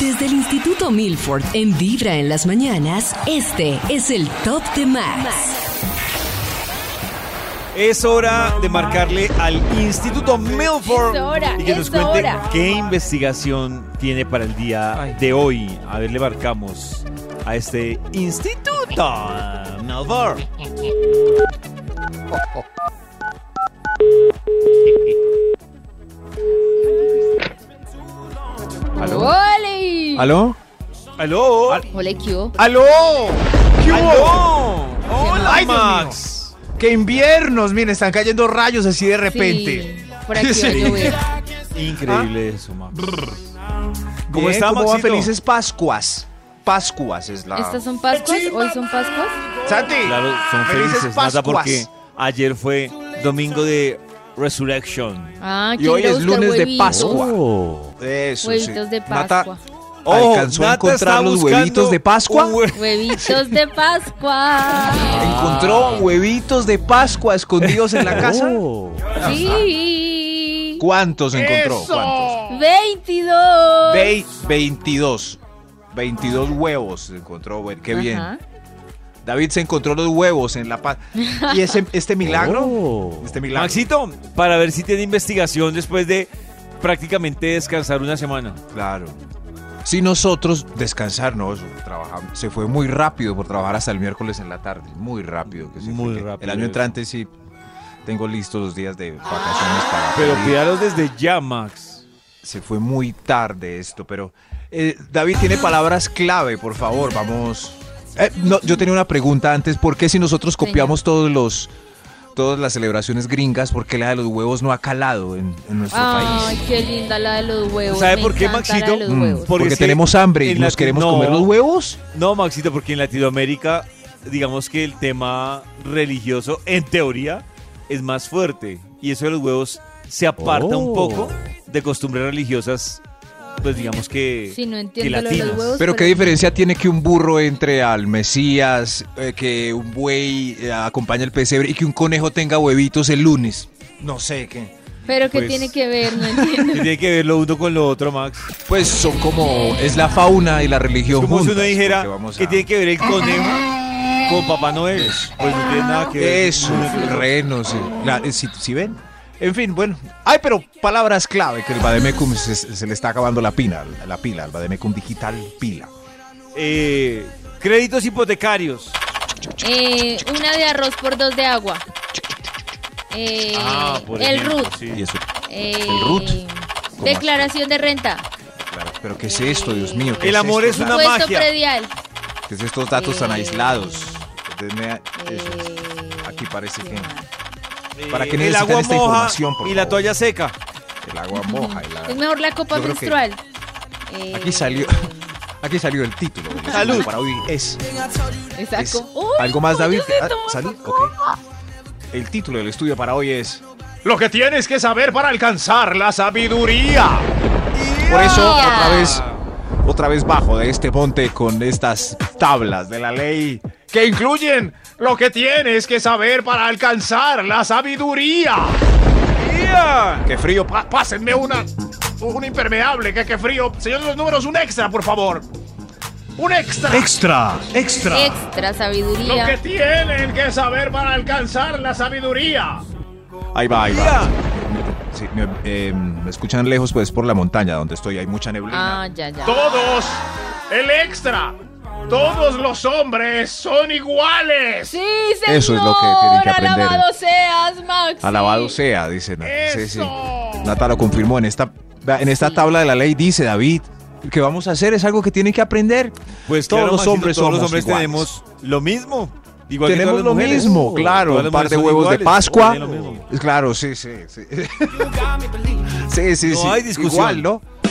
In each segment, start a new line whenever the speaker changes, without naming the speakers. Desde el Instituto Milford en Vibra en las mañanas, este es el Top de Max.
Es hora de marcarle al Instituto Milford
Es hora,
y que nos
es
cuente
hora.
qué investigación tiene para el día de hoy. A ver, le marcamos a este Instituto Milford. ¿Aló?
¡Ole!
¿Aló? ¿Aló?
¡Ole, ¿qué hubo?
¡Aló! ¿Qué hubo?
¿Aló?
mal.
¡Hola,
Ay, Dios
Max!
¡Qué inviernos! Miren, están cayendo rayos así de repente.
Sí, por aquí va a llover.
Increíble eso, Max. ¿Cómo
Ah. Bien,
está,
¿Cómo van?
Maxito?
Felices Pascuas. Pascuas es la.
¿Estas son Pascuas? ¿Hoy son Pascuas?
¡Santi!
Claro, son
Felices
felices, nada
Pascuas.
porque ayer fue domingo de Resurrection.
Ah,
Y hoy
¿quién va a
es
buscar
lunes de
huevitos?
Pascua.
Oh.
Eso,
Huevitos
sí.
de
Nata
Pascua.
alcanzó a encontrar los huevitos de Pascua. Oh.
Huevitos de Pascua.
Ah.
encontró huevitos de Pascua escondidos
Oh.
en la casa.
Sí.
¿Cuántos encontró? ¿Cuántos?
22.
Ve- 22. 22 huevos encontró. bueno, Qué bien.
Ajá.
David se encontró los huevos en la paz. ¿Y ese, este milagro? Este milagro.
Maxito, para ver si tiene investigación después de prácticamente descansar una semana.
Claro. Si nosotros descansarnos, trabajamos, se fue muy rápido por trabajar hasta el miércoles en la tarde, muy rápido. Que se fue,
Muy
que
rápido
El año
eso.
entrante sí tengo listos los días de vacaciones para.
Ah, Pero
pedir.
pídalos desde ya, Max.
se fue muy tarde esto, pero eh, David tiene palabras clave, por favor, vamos. Eh, no, yo tenía una pregunta antes, ¿por qué si nosotros copiamos todos los todas las celebraciones gringas, por qué la de los huevos no ha calado en, en nuestro
Ay,
país?
qué linda la de los huevos.
¿Sabe
Me
por qué,
encanta la de
Maxito?
los
Mm,
huevos.
por-
porque
porque es que
tenemos hambre y
en
nos
Lati-
queremos
no.
comer los huevos.
No, Maxito, porque en Latinoamérica, digamos que el tema religioso, en teoría, es más fuerte. Y eso de los huevos se aparta
Oh.
un poco de costumbres religiosas, pues digamos que,
Sí, no
que
entiendo lo de
latinas.
los huevos.
Pero qué diferencia tiene que un burro entre al Mesías, eh, que un buey eh, acompañe el pesebre y que un conejo tenga huevitos el lunes. No sé qué.
Pero qué
pues-
tiene que ver, no entiendo.
¿Qué tiene que ver lo uno con lo otro, Max?
Pues son como es la fauna y la religión
Es como si uno
juntas,
dijera
porque vamos
que
a-
tiene que ver el conejo con Papá Noel. Pues no tiene nada que ver.
eso, renos, eh, la- eh, si, si ven. En fin, bueno. Ay, pero palabras clave que el Bademecum se, se le está acabando la pila, la pila, el Bademecum digital pila.
Eh, créditos hipotecarios.
Eh, una de arroz por dos de agua. Eh,
Ah,
el
Ah, ejemplo,
RUT.
sí.
Y eso.
Eh,
El RUT.
Declaración de renta.
Claro, pero ¿qué es esto, Dios mío? ¿Qué
El amor
esto?
es una-
Puesto
magia.
predial.
¿Qué es estos datos tan
Eh,
aislados? Denme a- eso.
Eh,
Aquí parece
¿qué
que
más?
¿Para qué
Eh, el
necesitan
agua
esta
moja
información, por
y la
favor?
toalla seca.
el agua moja. y la-
Es mejor la copa
Yo creo que-
menstrual. Eh,
Aquí salió, aquí salió el título. del estudio
Salud.
Para hoy es,
Exacto.
es-
Uy,
algo más,
no, yo
David.
sé
Ah,
tomar
salud,
coca.
ok. El título del estudio para hoy es Lo que tienes que saber para alcanzar la sabiduría. Por eso otra vez, otra vez bajo de este monte con estas tablas de la ley que incluyen lo que tienes que saber para alcanzar la sabiduría. ¡Qué frío! Pa- pásenme una, un impermeable, que qué frío. Señor de los números, un extra, por favor. Un extra.
Extra, extra.
Extra sabiduría.
tienen que saber para alcanzar la sabiduría. Ahí va, ahí va. Sí, me, eh, me escuchan lejos, pues por la montaña donde estoy, hay mucha neblina.
Ah, ya, ya.
Todos, el extra, todos los hombres son iguales.
Sí, señor.
Eso es lo que tienen que aprender.
Alabado seas, Max.
Alabado
Sí.
sea, dice Nata. Sí, sí. Nata lo confirmó en esta, en esta tabla de la ley, dice David. Que vamos a hacer es algo que tienen que aprender.
Pues
Todos
claro,
los
Maxito,
hombres
todos los
somos
hombres
iguales.
tenemos lo mismo. Igual que
Tenemos
todas las
lo
mujeres. Uh,
mismo, claro,
Todas
un
las
par de
mujeres son
huevos de
iguales,
Pascua.
tienen lo mismo.
Claro, sí, sí, sí. sí, sí,
No
sí.
hay discusión.
Igual, ¿no? Hay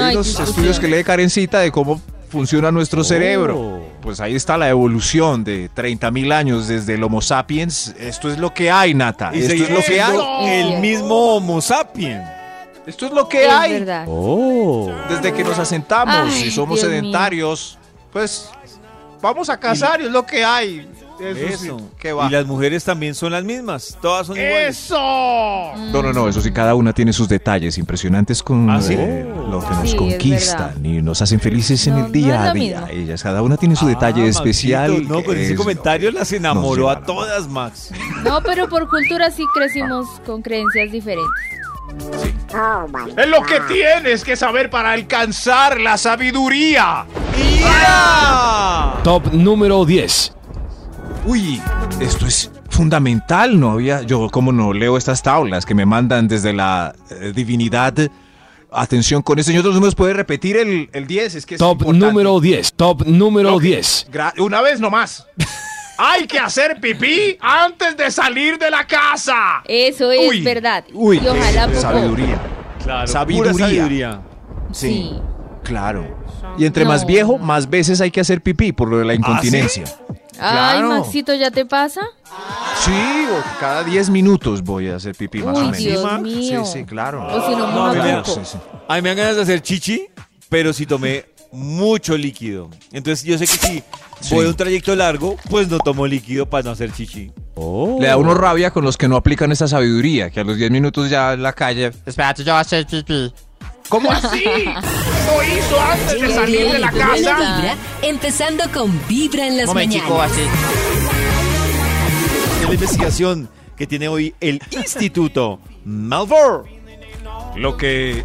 No hay
unos
discusión.
estudios que lee Karencita de cómo funciona
Oh.
nuestro cerebro. Pues ahí está la evolución de 30.000 años desde el Homo sapiens. Esto es lo que hay, Nata.
Y
Esto es lo que hay.
siendo el mismo Homo sapien.
Esto es lo que
Es
hay.
verdad.
Oh.
Desde que nos asentamos
Ay,
y somos
Dios mío.
sedentarios, pues vamos a cazar, es lo que hay. Eso, sí, ¿qué va?
Y las mujeres también son las mismas. Todas son iguales.
No, no, no, eso sí, cada una tiene sus detalles impresionantes con
Ah, ¿sí?
eh, lo que nos
Sí, es
conquistan y nos hacen felices en
No,
el día
no es
a
lo
día.
mismo.
Ellas, cada una tiene su
Ah,
detalle
Maxito,
especial.
No, con
que
ese
es lo
comentario
que
las
nos
enamoró
lleva
a todas, Max.
No, pero por cultura sí crecimos con creencias diferentes.
Es lo que tienes que saber para alcanzar la sabiduría.
Top número 10.
Uy, esto es fundamental, no había yo como no leo estas tablas que me mandan desde la eh, divinidad. Atención con este, señor no nos puede repetir el el 10, es que es
Top
importante.
número 10. Top número
Ok.
10.
Gra- una vez nomás. Hay que hacer pipí antes de salir de la casa.
Eso es
Ah. Uy,
verdad.
Uy,
y ojalá poco.
Eh, sabiduría.
Claro,
Sabiduría.
pura sabiduría.
Sí,
Sí.
claro. Y entre
No.
más viejo, más veces hay que hacer pipí por lo de la incontinencia.
Ay,
Claro.
Maxito, ¿ya te pasa?
Sí, o cada 10 minutos voy a hacer pipí más o
Uy,
menos.
Dios
Encima,
mío.
Sí, sí, claro.
O si no,
No,
muy
vea,
maluco.
sí, sí.
A mí me dan ganas de hacer chichi, pero si tomé mucho líquido. Entonces yo sé que si voy a un trayecto largo, pues no tomo líquido para no hacer chichi.
Le da uno rabia con los que no aplican esa sabiduría, que a los 10 minutos ya en la calle.
Espérate, yo voy a hacer pipí.
¿Cómo así? Lo hizo antes
Qué bien, buena vibra, empezando con Vibra en las
Momentico,
mañanas.
así.
Es la investigación que tiene hoy el Instituto Malvor.
Lo que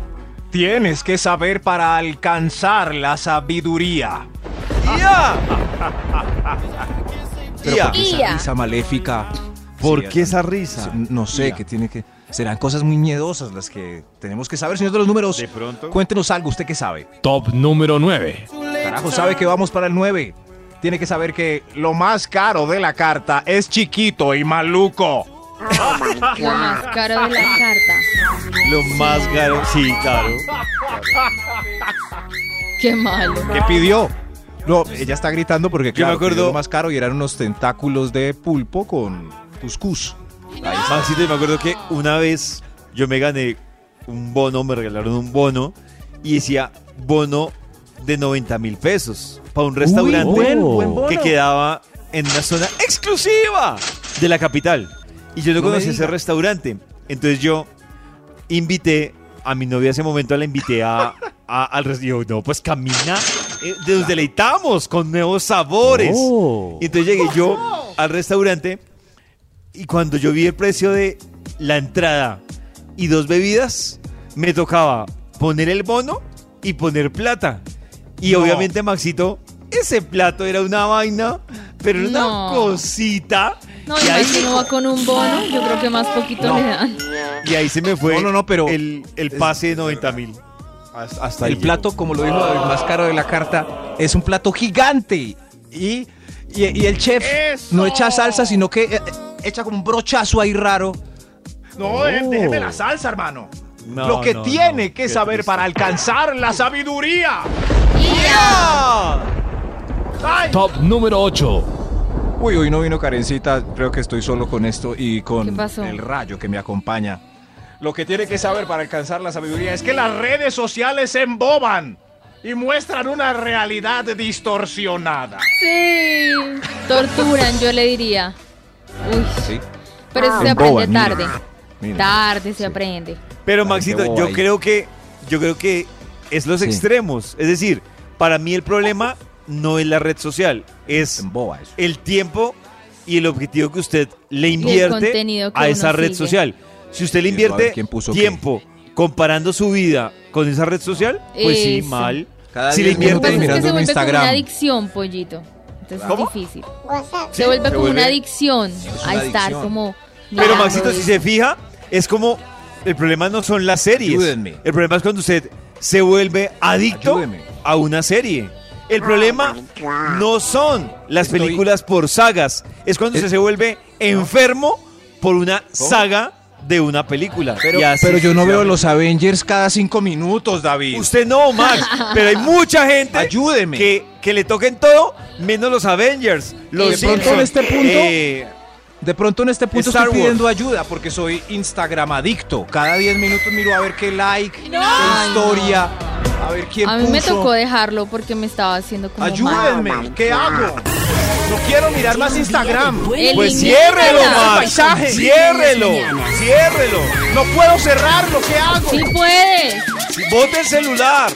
tienes que saber para alcanzar la sabiduría.
Tía,
qué esa Ia. risa
maléfica.
¿por qué esa risa?
No sé,
Ia.
que tiene que. Serán cosas muy miedosas las que tenemos que saber, señor de los números.
De pronto.
Cuéntenos algo, usted que sabe.
Top número 9.
Carajo, sabe que vamos para el 9. Tiene que saber que lo más caro de la carta es chiquito y maluco. Ah.
Lo más caro de la carta.
Lo más caro. Sí, claro.
Qué malo.
¿Qué pidió? No, ella está gritando porque claro,
me acuerdo-
pidió lo más caro y eran unos tentáculos de pulpo con cuscús.
Maxito, yo me acuerdo que una vez yo me gané un bono, me regalaron un bono y decía bono de 90 mil pesos para un restaurante
buen- buen bono.
que quedaba en una zona exclusiva de la capital. Y yo no,
No me
conocía ese
diga.
restaurante. Entonces yo invité a mi novia ese momento, la invité a, a- al restaurante. No, pues camina, eh, nos deleitamos con nuevos sabores.
Oh.
Y entonces llegué yo al restaurante y cuando yo vi el precio de la entrada y dos bebidas, me tocaba poner el bono y poner plata. Y
No.
obviamente, Maxito, ese plato era una vaina, pero era
No.
una cosita.
No,
y,
y
ahí,
más si uno va con un bono, yo creo que más poquito le dan.
y ahí se me fue
No, no, no, pero-
el, el pase de 90 mil. Hasta
el plato, como lo dijo David, más caro de la carta, es un plato gigante. Y, y, y el chef no echa salsa, sino que eh, eh, echa como un brochazo ahí raro. No, eh, déjeme la salsa, hermano.
No, Lo que no, tiene no, que qué saber triste. para
alcanzar la sabiduría.
Top número 8.
Uy, hoy no vino Karencita, creo que estoy solo con esto y
¿Qué
con
pasó?
el rayo que me acompaña. Lo que tiene que saber para alcanzar la sabiduría es que las redes sociales se emboban y muestran una realidad distorsionada.
Sí. Torturan, yo le diría. Uy,
Sí,
pero
Ah.
eso se aprende
Emboban, mira.
tarde.
mira.
Tarde
Sí.
se aprende.
Pero
Ay,
Maxito,
qué boba
yo
ahí.
creo que yo creo que es los
Sí.
extremos, es decir, para mí el problema no es la red social, es
Emboba eso.
el tiempo y el objetivo que usted le
el
invierte
contenido que
a
uno
esa red
sigue.
social. Si usted le
Y eso, a ver
invierte
quién puso qué.
tiempo comparando su vida con esa red social, pues sí,
Eso.
mal.
Cada
si le
diez
Lo que
minutos
invierte,
pasa es que
mirando
se vuelve como
Instagram.
una adicción, pollito. Entonces
¿Cómo?
es difícil. Se vuelve como
vuelve-
una adicción
una
a estar
adicción.
como.
Pero
mirando
Maxito, si
eso.
se fija, es como el problema no son las series.
Ayúdenme.
El problema es cuando usted se vuelve adicto
Ayúdenme.
a una serie. El problema no son las
Estoy- Eh.
películas por sagas, es cuando
Es-
usted se vuelve enfermo por una saga de una película.
Pero,
Y así
pero yo no veo
sucesivamente.
los Avengers cada cinco minutos, David.
Usted no, Max, pero hay mucha gente
Ayúdeme.
que, que le toquen todo, menos los Avengers. Los
De pronto en
Simpson,
este punto,
eh,
De pronto en este punto
Star
estoy
Wars.
pidiendo ayuda porque soy Instagram adicto. Cada 10 minutos miro a ver qué like,
No.
qué historia, a ver quién
A mí me
puso.
tocó dejarlo porque me estaba haciendo como mal.
Ayúdenme, ¿qué hago? No quiero mirar más Instagram.
El
pues
Elimínala.
ciérrelo, Max.
Paisaje.
Ciérrelo. Ciérrelo.
No puedo cerrarlo, ¿qué hago?
Sí puedes.
Bote el celular.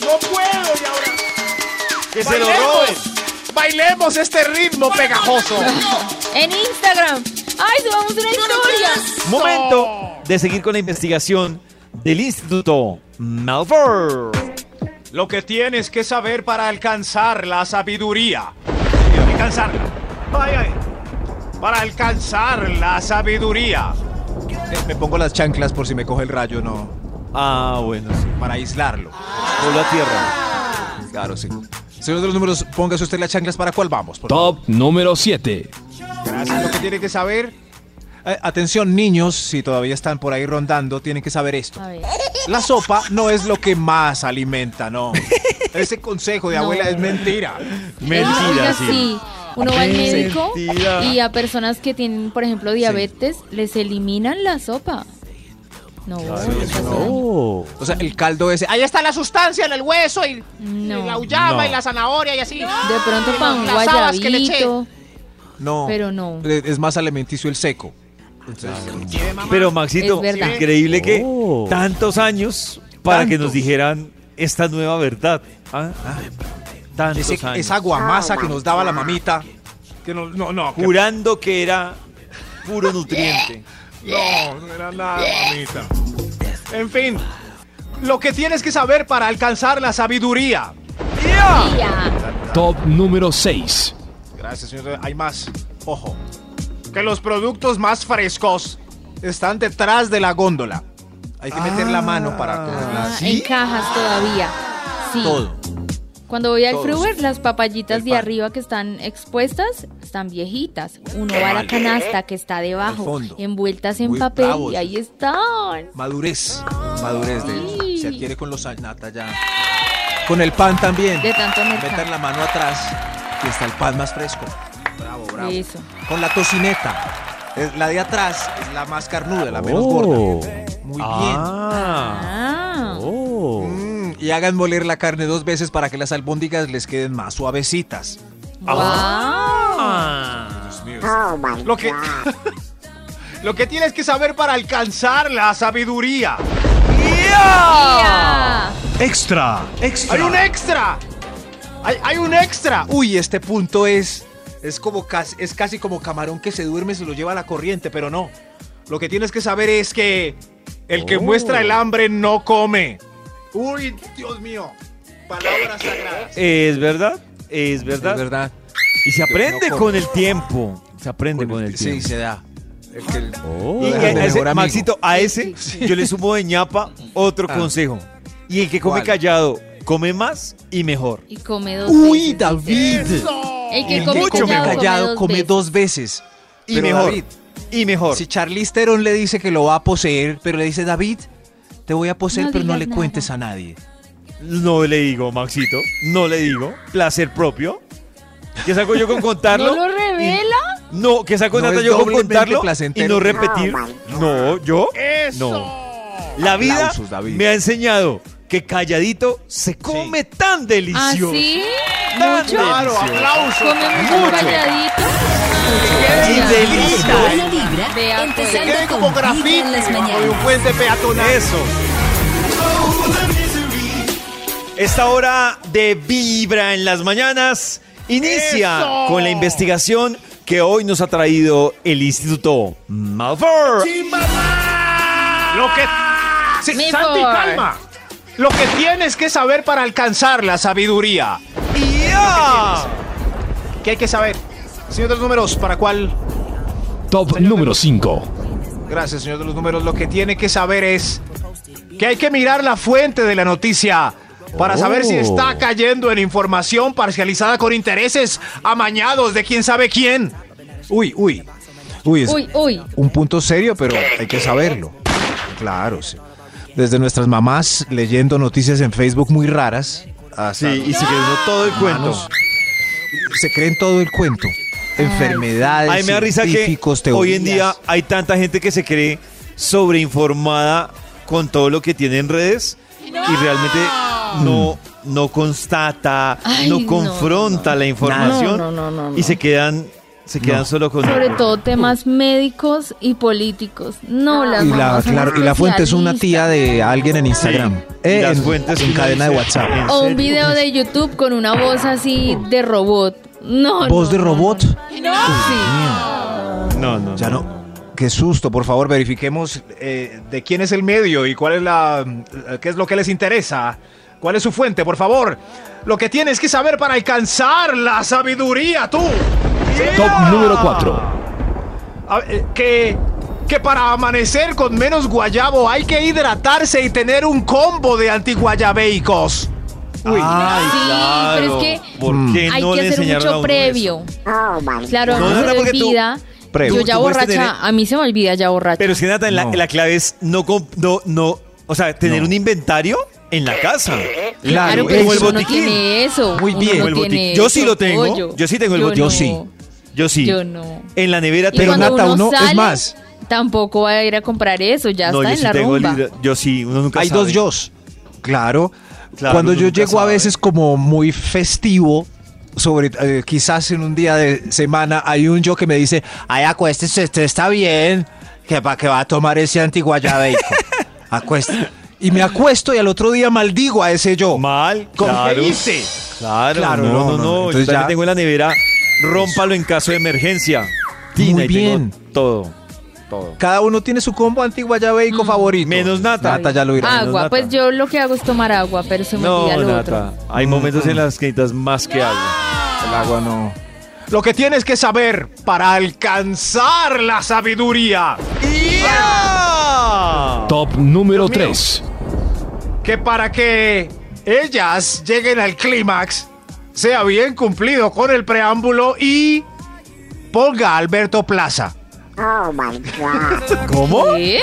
No puedo y ahora.
Que se lo roben.
Bailemos este ritmo pegajoso.
En Instagram. Ay, subamos una historia.
Momento de seguir con la investigación del Instituto Malfour.
Lo que tienes que saber para alcanzar la sabiduría. Alcanzarla. Ay, ay. Para alcanzar la sabiduría. Me pongo las chanclas por si me coge el rayo, no.
Ah, bueno, sí.
Para aislarlo.
Pueblo a tierra.
Claro, sí. Señor de los números, póngase usted las chanclas para cuál vamos. por favor.
Top número 7.
Gracias. Lo que tiene que saber. Eh, atención, niños, si todavía están por ahí rondando, tienen que saber esto.
A ver.
La sopa no es lo que más alimenta, no. Ese consejo de abuela
No.
es mentira.
Oiga,
Mentira,
sí.
sí.
Uno va al médico
Mentira.
y a personas que tienen, por ejemplo, diabetes, les eliminan la sopa. No, eso no.
Oh.
O sea, el caldo ese. Ahí está la sustancia en el hueso y
No.
uyama
No. y la
zanahoria y así.
De pronto para un
Ah, Las habas que le eché.
guayabito.
No.
Pero no.
Eh, Es más alimenticio el seco.
Pero Maxito,
Es verdad.
increíble que tantos años para que nos dijeran esta nueva verdad. ¿ah? Ah, tantos
Ese-
años. Ah,
esa guamasa que nos daba la mamita. Que no, no, no. que-
Jurando que era puro nutriente.
No, no era nada, mamita. En fin, lo que tienes que saber para alcanzar la sabiduría.
Ya.
Top número 6.
Gracias, señor. Hay más. Ojo. Que los productos más frescos están detrás de la góndola. Hay que meter la mano para
Ah,
cogerlas.
En cajas todavía. Sí.
Todo.
Cuando voy al
Todos.
Fruber, las
El
papayitas de
pan.
arriba que están expuestas están viejitas. Uno va a la canasta que está
Al
debajo,
fondo.
envueltas en
Muy
papel
bravos.
y ahí están.
Madurez. Madurez de
Sí.
Se adquiere con los años, Nata, ya. Con el pan también.
De tanto
Meter
mercado.
la mano atrás y está el pan más fresco. Bravo, bravo.
Eso.
Con la tocineta. Es- La de atrás es la más carnuda, la menos gorda. Muy
Ah.
Ah,
Oh.
bien. Mm, y hagan moler la carne dos veces para que las albóndigas les queden más suavecitas. Ah. Lo que, lo que tienes que saber para alcanzar la sabiduría.
guau.
Extra, extra.
¡Hay un extra! ¡Hay, hay un extra! Uy, este punto es. Es, como casi, es casi como camarón que se duerme y se lo lleva a la corriente, pero no. Lo que tienes que saber es que. El que muestra el hambre no come. Oh. Uy, Dios mío. Palabras sagradas.
Es verdad, es verdad.
verdad.
Y se aprende
No,
con el tiempo. Se aprende con el
Sí,
tiempo.
se da. El que-
Y
Lo
a
dejan
ese-
de mejor amigo.
Maxito, a ese yo le sumo de ñapa otro
Ah.
consejo. Y el que come
¿Cuál?
callado, come más y mejor.
Y come dos
Uy,
veces,
David.
dice. El que
El
come
que come
callado,
callado come
veces.
dos veces.
Y
Pero,
mejor.
David,
Y mejor.
Si Charlize Theron le dice que lo va a poseer, pero le dice, David, te voy a poseer,
No
pero no
digas
le
nada".
cuentes a nadie.
No le digo, Maxito. No le digo. Placer propio. ¿Qué saco yo con contarlo?
¿No lo revela?
Y- no, ¿qué saco
No
Nata
es
yo con
doblemente
contarlo?
placentero.
Y no repetir. No, yo. No. La vida
Aplausos, David.
me ha enseñado que calladito se come tan
¿Ah,
delicioso.
sí?
Tan
¿Mucho?
delicioso.
¿Come mucho,
Mucho.
calladito?
Y
Ya.
delita.
Buena vibra,
Vea, pues.
empezando con vibra en las mañanas.
puente peatonal.
Eso. Esta hora de Vibra en las mañanas inicia con la investigación que hoy nos ha traído el Instituto Malfour.
Lo que... Sí,
Mi
Santi,
favor.
calma. Lo que tienes que saber para alcanzar la sabiduría.
¡Ya!
¿Qué hay que saber? Señor de los números, ¿para cuál?
Top número 5.
Gracias, señor de los números. Lo que tiene que saber es que hay que mirar la fuente de la noticia para saber si está cayendo en información parcializada con intereses amañados de quién sabe quién. Uy, uy. Uy, es
Uy, uy.
un punto serio, pero hay que saberlo. Claro, sí. Desde nuestras mamás leyendo noticias en Facebook muy raras.
Sí,
hasta
y si quieres no todo el cuento.
Manos. se creen todo el cuento. Enfermedades,
Ay, me da risa que
científicos,
hoy en día
teorías.
hay tanta gente que se cree sobreinformada con todo lo que tiene en redes y realmente no, no constata,
Ay,
no
no,
confronta la información
No, no, no, no,
y
no.
se quedan, se quedan solo con...
Sobre todo temas médicos y políticos. No, las
Ah, Y la,
mamás son
claro, y la fuente es una tía
especialistas.
de alguien en
Sí,
Instagram.
y
Eh,
las
en-
fuentes
en
que uno
cadena de
dice,
WhatsApp.
¿en
O un
serio?
video de YouTube con una voz así de robot. Oh, No,
¿Voz
no,
de
no,
robot?
No, no. Sí.
No, no,
Ya no. Qué susto, por favor, verifiquemos eh, de quién es el medio y cuál es la eh, qué es lo que les interesa. ¿Cuál es su fuente, por favor? Lo que tienes que saber para alcanzar la sabiduría, tú.
Top
¡Yeah!
número 4.
A- eh, que que para amanecer con menos guayabo hay que hidratarse y tener un combo de antiguayabeicos.
Ay,
Sí, pero es que
Mm.
¿Por qué
Hay
no
que
le
hacer
enseñaron a uno
mucho
eso?
previo. Claro,
No,
no,
Nata,
se me
porque tú-
olvida.
previo.
Yo
Tú
ya
puedes
borracha,
tener-
a mí se me olvida ya borracha.
Pero es que Nata, la,
No.
la clave es no, comp- no, no, o sea, tener un inventario en la casa.
claro,
Claro,
pero
como el
uno no
botiquín.
tiene eso.
Muy
uno
bien.
no
Como el botiquín.
tiene
Yo sí
eso,
lo tengo,
pollo.
yo sí tengo el botiquín. Yo
no,
sí. Yo sí.
Yo no.
En la nevera
Y
tengo-
cuando
Nata, uno- es
sale,
más.
Tampoco va a ir a comprar eso, ya
No, yo
está en
sí
la
tengo el
rumba.
libro- Yo sí, uno nunca
Hay
sabe.
dos yos. Claro.
Claro,
Cuando
uno
yo
nunca
llego a
sabe.
veces como muy festivo, sobre eh, quizás en un día de semana, hay un yo que me dice, ay, acuéstese, usted está bien, que para que va a tomar ese antiguayabeico. Acuéstese. Y me acuesto y al otro día maldigo a ese yo.
Mal,
¿Con qué
claro.
hice?
Claro,
Claro,
no, no, no.
no, no.
Yo
Entonces
también
ya-
tengo en la nevera, rómpalo en caso de emergencia.
Muy
ahí tengo
bien.
todo.
Cada uno tiene su combo antiguayabeico favorito.
Menos Nata.
Nata ya lo irá.
Agua,
Nata.
pues yo lo que hago es tomar agua, pero se me
No,
olvida lo
Nata,
otro.
hay momentos en las que necesitas más que algo.
El agua no. Lo que tienes que saber para alcanzar la sabiduría.
¡Ah!
Top número 3.
que para que ellas lleguen al clímax sea bien cumplido con el preámbulo y ponga a Alberto Plaza.
¿Cómo?
¿Qué?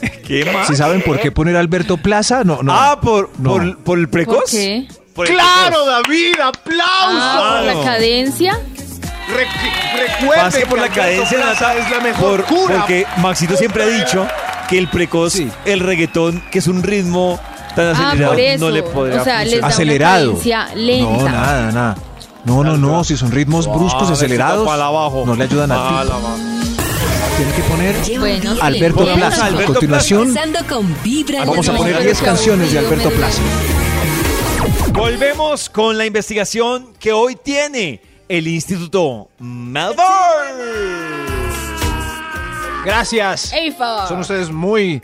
¿Qué? ¿Qué más?
Si saben por qué poner a Alberto Plaza, no, no.
ah, por,
No.
por, por el precoz.
¿Por qué?
Por el
claro, David, aplauso.
Ah, por la
Claro.
cadencia.
Re- recuerden
Más que por
que
la
Alberto
cadencia de
Plaza
Nata
es la
por-
mejor cura.
Porque Maxito siempre ha dicho que el precoz,
Sí.
el reggaetón, que es un ritmo tan
Ah,
acelerado,
por eso.
no le podrá
o sea, les da
Acelerado.
una cadencia lenta.
No, nada, nada. No, no, no, si son ritmos bruscos,
Ah,
acelerados,
para abajo. Ah,
no le ayudan a
Para
ti.
abajo.
Tienen que poner
Bueno, sí.
Alberto
Pongamos
Plaza. A
Alberto
continuación,
Empezando con Vibra en
vamos a
las
poner
mañanas.
10 canciones de Alberto
Me
Plaza.
Volvemos con la investigación que hoy tiene el Instituto Melbourne.
Gracias.
Ey, favor.
Son ustedes muy,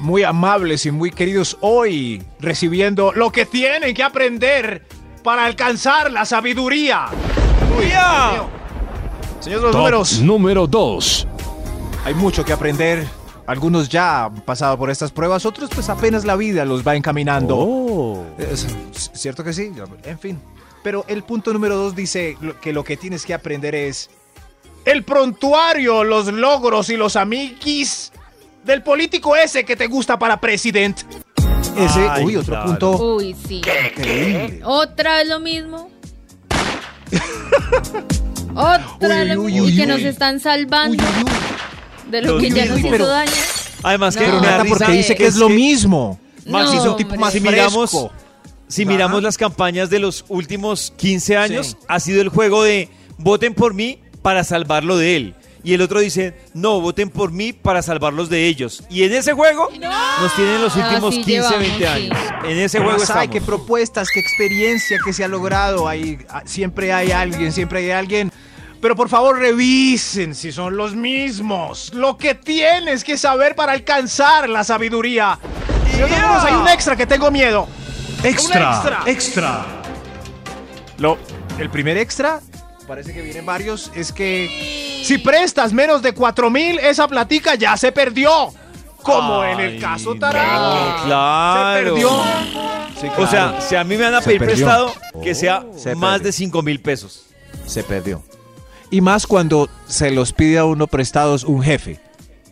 muy amables y muy queridos hoy, recibiendo lo que tienen que aprender para alcanzar la sabiduría.
¡Ya!
Señores de los
Top
números,
número 2.
hay mucho que aprender. Algunos ya han pasado por estas pruebas, otros pues apenas la vida los va encaminando.
Oh.
Es- es ¿Cierto que sí? En fin. Pero el punto número dos dice lo- que lo que tienes que aprender es el prontuario, los logros y los amiguis del político ese que te gusta para presidente. Ese,
Ay,
uy, otro
claro.
punto.
Uy, sí.
increíble.
Otra vez lo mismo. Otra vez lo
Uy, uy,
mismo.
uy,
y que
uy.
nos están
Uy,
salvando
uy, uy.
de lo
Los
que ya
mismos.
nos hizo
Pero-
daño.
Además que
No,
Pero
me da
Nata,
risa
porque
de-
dice que es lo mismo.
Maxi,
No,
son-
hombre.
si
Fresco.
miramos, si
Ajá.
miramos las campañas de los últimos 15 años, ha sido el juego de voten por mí para salvarlo de él. Y el otro dice, no, voten por mí para salvarlos de ellos. Y en ese juego nos tienen los
Ah,
últimos
sí,
15,
llevamos,
20
sí.
años. En ese juego
Más hay,
estamos.
qué propuestas, qué experiencia que se ha logrado. Ahí siempre hay alguien, siempre hay alguien. Pero por favor revisen si son los mismos. Lo que tienes que saber para alcanzar la sabiduría. Señor de los números, hay un extra que tengo miedo.
Extra,
Un extra.
extra.
Lo- el primer extra, parece que vienen varios, es que si prestas menos de 4 mil, esa platica ya se perdió. Como en el
Ay,
caso
no,
Tarán.
claro.
Se perdió.
O sea, si a mí me van a
Se
pedir
perdió.
prestado, que sea
Oh. Se
más
perdió.
de 5 mil pesos.
se perdió. Y más cuando se los pide a uno prestados un jefe.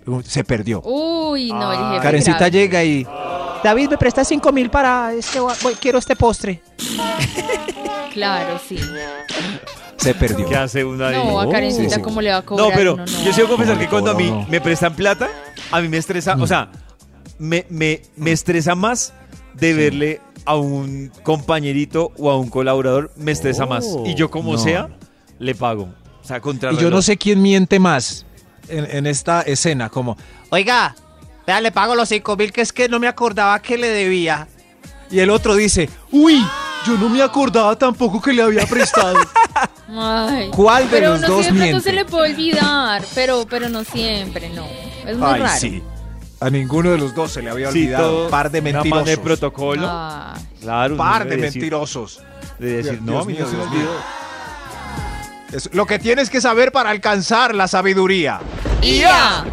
Un- Se perdió.
Uy, no, el jefe.
Karencita
grave.
llega y...
David, me presta 5 mil para este. gua- voy- quiero este postre.
Claro, sí.
Se perdió.
¿Qué hace una de
No, a Karencita,
Oh. sí, sí.
¿cómo le va a cobrar?
No, pero
No, no.
yo sigo confesar que
le
cuando a mí
cobra uno?
me prestan plata, a mí me estresa,
Mm.
o sea, me, me, me estresa más de verle a un compañerito o a un colaborador, me estresa más. Y yo como
no.
sea, le pago. O sea, contra
Y yo no sé quién miente más en, en esta escena. Como...
Oiga, vea, le pago los 5 mil que es que no me acordaba que le debía.
Y el otro dice... Uy, yo no me acordaba tampoco que le había prestado.
Ay.
¿Cuál de
pero
los
uno
dos
sí de pronto
miente?
se le puede olvidar, pero, pero no siempre, no. Es muy raro.
A ninguno de los dos se le había olvidado. par de
Nada más de
mentirosos.
protocolo.
Ah,
Claro. uno
Par de
debe decir-
mentirosos.
De decir,
Dios
no, a mí
mío,
no se me
Dios
olvidó.
mío. Es lo que tienes que saber para alcanzar la sabiduría.
¡Ya!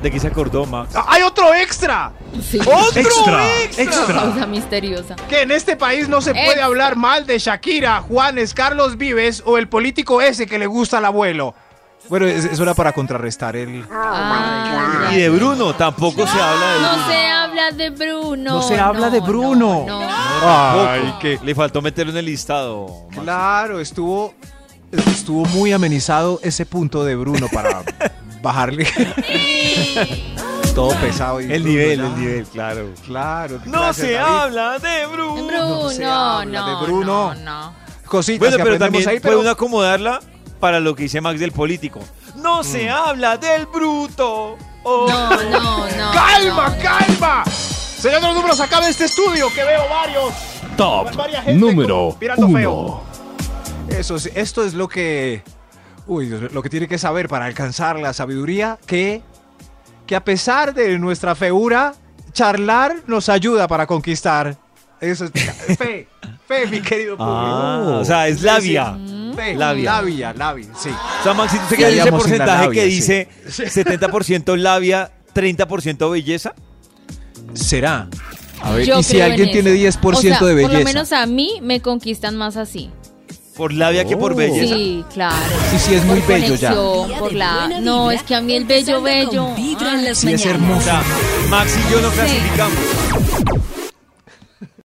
¿De qué se acordó, Max?
¡Ah, ¡Hay otro extra!
Sí.
¡Otro
Extra,
extra!
Pausa misteriosa.
Que en este país no se puede
Extra.
hablar mal de Shakira, Juanes, Carlos Vives o el político ese que le gusta al abuelo. Bueno, eso era para contrarrestar el...
Oh
Ah,
Y de Bruno, tampoco se habla de Bruno.
No se habla de Bruno.
No se habla de Bruno.
No,
Ay,
Poco. Le faltó meterlo en el listado. Max.
Claro, estuvo, estuvo muy amenizado ese punto de Bruno para bajarle todo pesado. y
El
Bruno,
nivel,
ya.
el nivel, claro.
Claro.
No
gracias,
se
David.
habla de Bruno.
Bruno,
se
no,
habla de Bruno.
no, no.
Cositas
Bueno,
que
pero
aprendemos
también puede
ahí, pero-
uno acomodarla para lo que dice Max del político. No se habla del bruto. Oh.
No, no, no.
¡Calma,
no, no.
calma! Señor de los números, acá de este estudio que veo varios.
Top
Varias Pues gente
número
como pirando feo.
uno.
Eso sí, esto es lo que. Uy, Dios mío, lo que tiene que saber para alcanzar la sabiduría, que, que a pesar de nuestra feura, charlar nos ayuda para conquistar. Eso es fe, fe, mi querido público.
Ah, o sea, es
Sí,
labia.
sí, fe,
Labia.
labia. eh, labia, sí.
O sea, Max, si tú
Sí,
quedas ese
hablamos en la
porcentaje
labia,
que
sí.
dice 70% labia, 30% belleza.
¿Será? A ver,
Yo
y si
creo en
alguien tiene
eso.
10%
O sea,
de
Por
belleza.
lo menos a mí me conquistan más así.
Por labia que por
Oh.
belleza.
Sí, claro.
Y si es muy
Por
bello ya.
conexión, por la- No, es que a mí el bello, bello.
Vibra en las
Sí, es
mañanas.
O sea, Max y yo no clasificamos.